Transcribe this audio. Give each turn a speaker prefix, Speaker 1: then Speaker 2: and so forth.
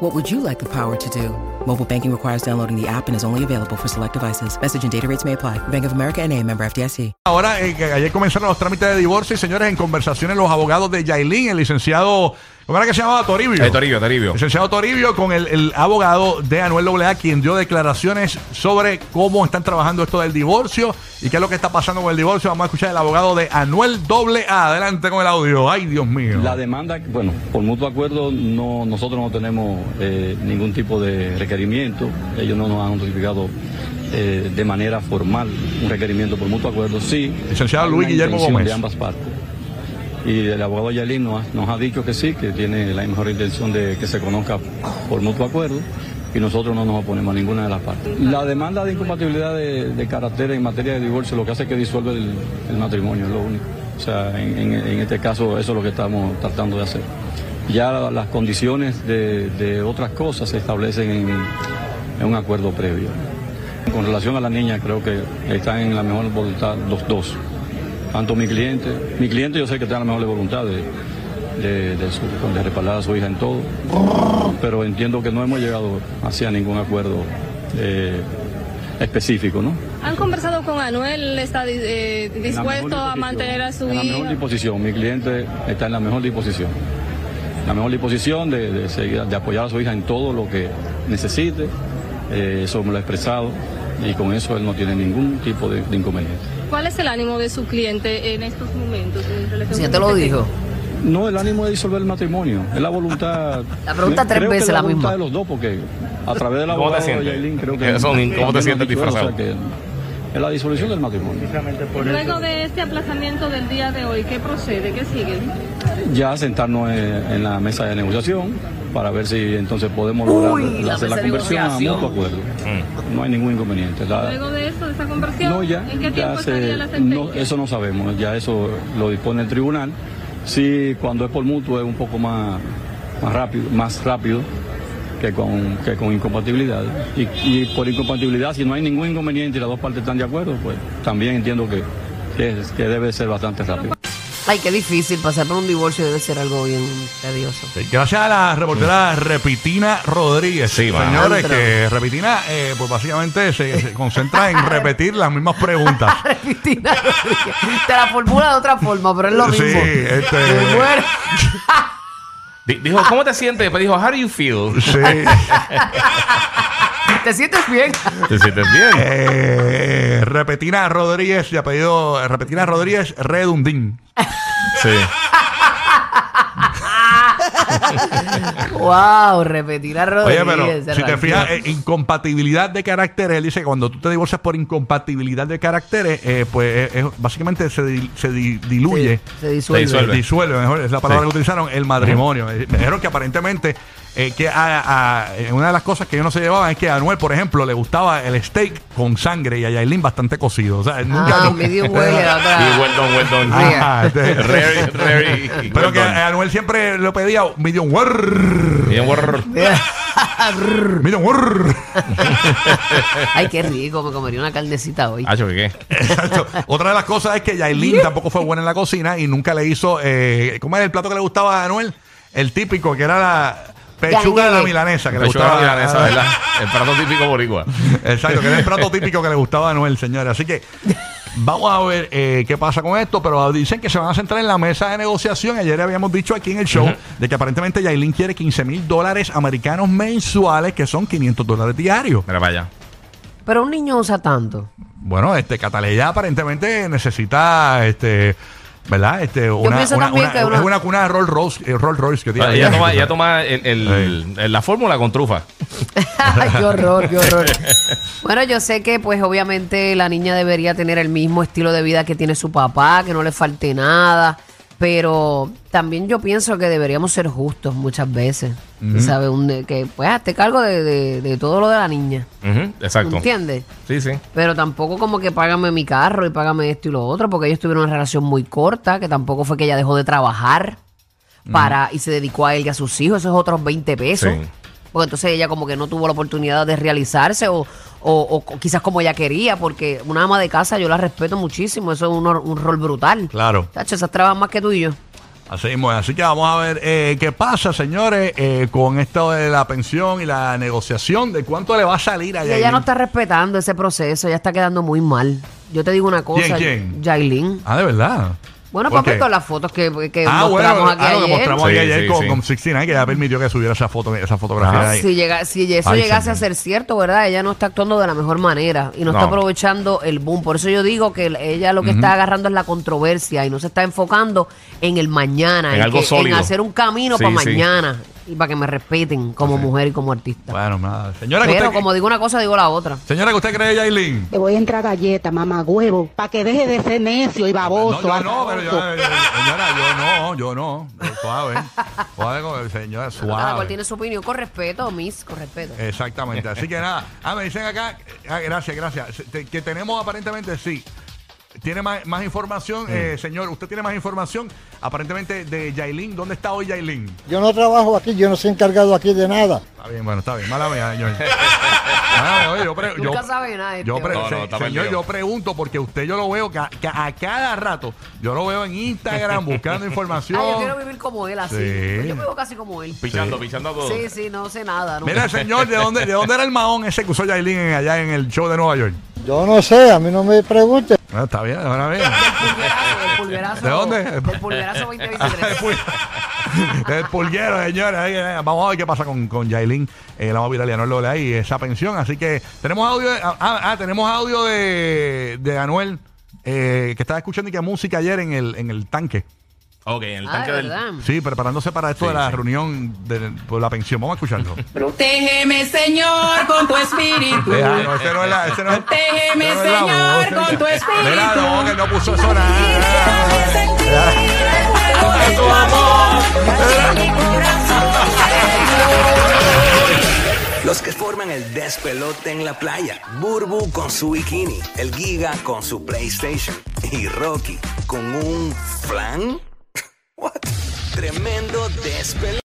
Speaker 1: What would you like the power to do? Mobile banking requires downloading the app and is only available for select devices. Message and data rates may apply. Bank of America and a member FDIC.
Speaker 2: Ahora, eh, que ayer comenzaron los trámites de divorcio y señores, en conversaciones los abogados de Yailin, el licenciado, ¿cómo era que se llamaba? Toribio.
Speaker 3: Eh, Toribio, Toribio.
Speaker 2: Licenciado Toribio con el, el abogado de Anuel AA, quien dio declaraciones sobre cómo están trabajando esto del divorcio y qué es lo que está pasando con el divorcio. Vamos a escuchar el abogado de Anuel AA. Adelante con el audio. Ay, Dios mío.
Speaker 4: La demanda, bueno, por mutuo acuerdo, no, nosotros no tenemos eh, ningún tipo de requerimiento. Ellos no nos han notificado eh, de manera formal un requerimiento por mutuo acuerdo. Sí.
Speaker 2: Licenciado
Speaker 4: hay
Speaker 2: Luis
Speaker 4: una
Speaker 2: Guillermo
Speaker 4: intención
Speaker 2: Gómez.
Speaker 4: De ambas partes. Y el abogado Yalín nos ha, nos ha dicho que sí, que tiene la mejor intención de que se conozca por mutuo acuerdo. Y nosotros no nos oponemos a ninguna de las partes. La demanda de incompatibilidad de, de carácter en materia de divorcio lo que hace es que disuelve el, el matrimonio, es lo único. O sea, en, en- en este caso eso es lo que estamos tratando de hacer. Ya las condiciones de, de otras cosas se establecen en, es un acuerdo previo. Con relación a la niña, creo que están en la mejor voluntad los dos. Tanto mi cliente, mi cliente yo sé que está en la mejor voluntad de, de, de su- de respaldar a su hija en todo, pero entiendo que no hemos llegado hacia ningún acuerdo eh, específico, ¿no?
Speaker 5: ¿Han conversado con Anuel? ¿Está eh,
Speaker 4: En la mejor
Speaker 5: dispuesto a
Speaker 4: disposición.
Speaker 5: mantener a su
Speaker 4: En la mejor
Speaker 5: hija?
Speaker 4: disposición, mi cliente está en la mejor disposición. La mejor disposición de, de seguir- de apoyar a su hija en todo lo que necesite, eh, eso me lo ha expresado y con eso él no tiene ningún tipo de, de inconveniente.
Speaker 5: ¿Cuál es el ánimo de su cliente en estos momentos? en relación
Speaker 6: Si ya
Speaker 5: con
Speaker 6: te lo
Speaker 5: este
Speaker 6: dijo.
Speaker 4: No, el ánimo de disolver el matrimonio, es la voluntad.
Speaker 6: La pregunta tres
Speaker 4: creo que
Speaker 6: veces
Speaker 4: la
Speaker 6: la
Speaker 4: voluntad
Speaker 6: misma.
Speaker 4: de los dos, porque a través de la
Speaker 3: ¿Cómo te sientes?
Speaker 4: creo que.
Speaker 3: Eso, ¿cómo te
Speaker 4: también nos
Speaker 3: sientes
Speaker 4: ha dicho él, o sea
Speaker 3: disfrazado?
Speaker 4: que es la disolución del matrimonio.
Speaker 5: tema? Luego de este aplazamiento del día de hoy, ¿qué procede? ¿Qué sigue?
Speaker 4: ya sentarnos en, en la mesa de negociación para ver si entonces podemos lograr
Speaker 6: la
Speaker 4: hacer
Speaker 6: mesa
Speaker 4: la
Speaker 6: de
Speaker 4: conversión a
Speaker 6: negociación.
Speaker 4: mutuo acuerdo. No hay ningún inconveniente. La-
Speaker 5: Luego de eso, de esa conversión,
Speaker 4: no, ya,
Speaker 5: ¿en qué
Speaker 4: ya
Speaker 5: tiempo
Speaker 4: se-
Speaker 5: estaría la
Speaker 4: no,
Speaker 5: sentencia?
Speaker 4: eso no sabemos, ya eso lo dispone el tribunal. Sí, cuando es por mutuo es un poco más, más rápido, más rápido que con, que con incompatibilidad. Y, y por incompatibilidad, si no hay ningún inconveniente y las dos partes están de acuerdo, pues también entiendo que, que, es- que debe ser bastante rápido.
Speaker 6: Ay, qué difícil. Pasar por un divorcio debe ser algo bien tedioso.
Speaker 2: Eh, Gracias a la reportera Repitina Rodríguez.
Speaker 3: Sí, mano.
Speaker 2: señores,
Speaker 6: Contra.
Speaker 2: que Repitina, eh, pues básicamente se, se concentra en repetir las mismas preguntas.
Speaker 6: Cristina Rodríguez. Te la formula de otra forma, pero es lo
Speaker 2: Sí,
Speaker 6: mismo.
Speaker 2: este-
Speaker 6: Me muero.
Speaker 3: Di- Dijo, ¿cómo te sientes? Después dijo, how do you feel?
Speaker 2: Sí.
Speaker 6: ¿Te sientes bien?
Speaker 3: ¿Te sientes bien?
Speaker 2: Eh, Repetina Rodríguez, de apellido Repetina Rodríguez Redundín.
Speaker 3: Sí.
Speaker 6: wow, repetir a
Speaker 2: Oye,
Speaker 6: Rodríguez.
Speaker 2: pero si te
Speaker 6: Serrano.
Speaker 2: fijas, eh, incompatibilidad de caracteres, él dice que cuando tú te divorcias por incompatibilidad de caracteres, eh, pues eh, eh, básicamente se, di- se di- diluye.
Speaker 6: Se, se disuelve.
Speaker 3: Se disuelve.
Speaker 2: Disuelve, mejor, es la palabra
Speaker 3: Sí.
Speaker 2: que utilizaron, el matrimonio. Eh, Me dijeron que aparentemente, eh, que a- a- eh, una de las cosas que ellos no se llevaban es que a Anuel, por ejemplo, le gustaba el steak con sangre y a Yailin bastante cocido. O sea, nunca,
Speaker 6: Ah,
Speaker 2: nunca-
Speaker 6: medio huele
Speaker 3: Y
Speaker 6: la otra.
Speaker 3: well done, well done.
Speaker 6: Ah.
Speaker 2: Ajá, este-
Speaker 3: Very, very.
Speaker 2: Pero
Speaker 3: well
Speaker 2: que
Speaker 3: done.
Speaker 2: a- Anuel siempre lo pedía Million War.
Speaker 3: eh, Bien, guarr.
Speaker 2: Million War.
Speaker 6: Ay, qué rico. Me comería una carnecita hoy.
Speaker 3: Hacho, Ah, ¿qué qué?
Speaker 2: Exacto. Otra de las cosas es que Yailin tampoco fue buena en la cocina y nunca le hizo. Eh, ¿Cómo era el plato que le gustaba a Anuel? El típico, que era la pechuga de la
Speaker 6: Yailin.
Speaker 2: milanesa. Que le
Speaker 3: Pechuga
Speaker 2: gustaba
Speaker 3: milanesa, ¿verdad? El plato típico boricua.
Speaker 2: Exacto, que era el plato típico que le gustaba a Anuel, señores. Así que vamos a ver eh, qué pasa con esto, pero dicen que se van a centrar en la mesa de negociación. Ayer habíamos dicho aquí en el show de que aparentemente Yailin quiere 15 mil dólares americanos mensuales, que son 500 dólares diarios.
Speaker 3: Mira para allá.
Speaker 6: Pero un niño usa tanto.
Speaker 2: Bueno, este Cataleya aparentemente necesita este ¿verdad? Este, una,
Speaker 6: pienso
Speaker 2: una-
Speaker 6: también
Speaker 2: una-
Speaker 6: que uno-
Speaker 2: es una cuna de Rolls Royce, eh, Rolls Royce que tiene.
Speaker 3: Ah,
Speaker 2: ahí.
Speaker 3: Ella toma, ella toma el- el- el- la fórmula con trufa.
Speaker 6: qué horror, qué horror. Bueno, yo sé que pues obviamente la niña debería tener el mismo estilo de vida que tiene su papá, que no le falte nada, pero también yo pienso que deberíamos ser justos muchas veces. ¿Sabes? Un- Que pues hazte cargo de, de- de todo lo de la niña.
Speaker 3: Ujú, exacto.
Speaker 6: ¿Entiendes?
Speaker 3: Sí, sí.
Speaker 6: Pero tampoco como que págame mi carro y págame esto y lo otro, porque ellos tuvieron una relación muy corta, que tampoco fue que ella dejó de trabajar para y se dedicó a él y a sus hijos, esos otros 20 pesos.
Speaker 3: Sí.
Speaker 6: Porque entonces ella como que no tuvo la oportunidad de realizarse o, o- o quizás como ella quería, porque una ama de casa yo la respeto muchísimo, eso es un, or- un rol brutal.
Speaker 2: Claro.
Speaker 6: Chacho, esas trabajan más que tú y yo.
Speaker 2: Así mismo es. Así que vamos a ver eh, qué pasa, señores, eh, con esto de la pensión y la negociación de cuánto le va a salir a
Speaker 6: Y ella no
Speaker 2: Yailin.
Speaker 6: está respetando ese proceso, ella está quedando muy mal. Yo te digo una cosa,
Speaker 2: quién?
Speaker 6: Yailin.
Speaker 2: Ah, de verdad.
Speaker 6: Bueno,
Speaker 2: ¿Por
Speaker 6: papi,
Speaker 2: qué?
Speaker 6: con las fotos que, que
Speaker 2: Ah, bueno,
Speaker 6: mostramos aquí
Speaker 2: ah, lo que
Speaker 6: ayer.
Speaker 2: mostramos aquí
Speaker 3: Sí,
Speaker 2: ayer
Speaker 3: sí,
Speaker 2: con,
Speaker 3: sí.
Speaker 2: con 69, que ya permitió que subiera esa foto, esa fotografía
Speaker 3: Ajá.
Speaker 2: ahí.
Speaker 6: Ah, Si, llega, si eso
Speaker 2: Ay,
Speaker 6: llegase
Speaker 2: señor.
Speaker 6: a ser cierto, ¿verdad? Ella no está actuando de la mejor manera y no, está
Speaker 3: No.
Speaker 6: aprovechando el boom. Por eso yo digo que el- ella lo que está agarrando es la controversia y no se está enfocando en el mañana,
Speaker 3: En algo
Speaker 6: que-
Speaker 3: sólido.
Speaker 6: hacer un camino
Speaker 3: Sí,
Speaker 6: para
Speaker 3: sí.
Speaker 6: mañana y para que me respeten como mujer y como artista.
Speaker 2: Bueno, nada. Señora, que
Speaker 6: Pero
Speaker 2: usted-
Speaker 6: como digo una cosa, digo la otra.
Speaker 2: señora, ¿qué usted cree de Yailin?
Speaker 7: Le voy a entrar galleta, mamá huevo, para que deje de ser necio y baboso.
Speaker 2: No, yo no, pero yo,
Speaker 7: azaroso.
Speaker 2: yo- eh, señora, yo no, yo no. Suave. Suave, con- señora,
Speaker 6: Cada cual
Speaker 2: suave.
Speaker 6: tiene su opinión con respeto, Miss, con respeto.
Speaker 2: Eh, Exactamente. Así que nada. Ah, me dicen acá. ah, gracias, gracias. Se- te- Que tenemos aparentemente sí. Tiene más, más información, eh, señor. Usted tiene más información aparentemente de Yailin. ¿Dónde está hoy Yailin?
Speaker 8: Yo no trabajo aquí, yo no soy encargado aquí de nada.
Speaker 2: Está bien, bueno, está bien. Mala mía, señor. Mala mía, oye, yo pre-
Speaker 6: Nunca
Speaker 2: yo-
Speaker 6: sabe nada este
Speaker 2: yo pre-
Speaker 6: hombre.
Speaker 3: No, no,
Speaker 2: se-
Speaker 3: está
Speaker 2: señor,
Speaker 3: perdido.
Speaker 2: yo pregunto porque usted yo lo veo ca- ca- a cada rato. Yo lo veo en Instagram buscando información.
Speaker 6: Ay, yo quiero vivir como él así.
Speaker 2: Sí.
Speaker 6: Yo vivo casi como él.
Speaker 3: Pichando, pichando a todo.
Speaker 6: Sí, sí, no sé nada. nunca.
Speaker 2: Mira, señor, ¿de dónde, ¿de dónde era el mahón ese que usó Yailin en- allá en el show de Nueva York?
Speaker 8: Yo no sé, a mí no me pregunten.
Speaker 2: Ah, está bien, ahora bien.
Speaker 6: pulverazo, el pulverazo.
Speaker 2: ¿De dónde?
Speaker 6: El pulverazo
Speaker 2: El
Speaker 6: 2023.
Speaker 2: pul- Pues, El pulguero, señores. Ahí, eh, Vamos a ver qué pasa con, con Yailin, eh, la vamos a virar no ahí, esa pensión. Así que tenemos audio, de- ah, ah, tenemos audio de, de Anuel, eh, que estaba escuchando y que música ayer en el, en el tanque.
Speaker 3: Ok, en el
Speaker 6: Ah,
Speaker 3: tanque
Speaker 6: de
Speaker 3: del.
Speaker 6: verdad.
Speaker 2: Sí, preparándose para esto
Speaker 3: Sí,
Speaker 2: de la
Speaker 3: sí.
Speaker 2: reunión de, por la pensión. Vamos a escucharlo.
Speaker 9: Protégeme, Señor, con tu espíritu.
Speaker 2: Deja, no, ese no es la- ese no es-
Speaker 9: Protégeme,
Speaker 2: ese no es la
Speaker 9: Señor,
Speaker 2: voz,
Speaker 9: con tu
Speaker 2: señor.
Speaker 9: espíritu.
Speaker 2: Mira, no, que no puso eso nada.
Speaker 10: Los que forman el despelote en la playa. Burbu con su bikini. El Giga con su PlayStation. Y Rocky con un flan. What? Tremendo despelote.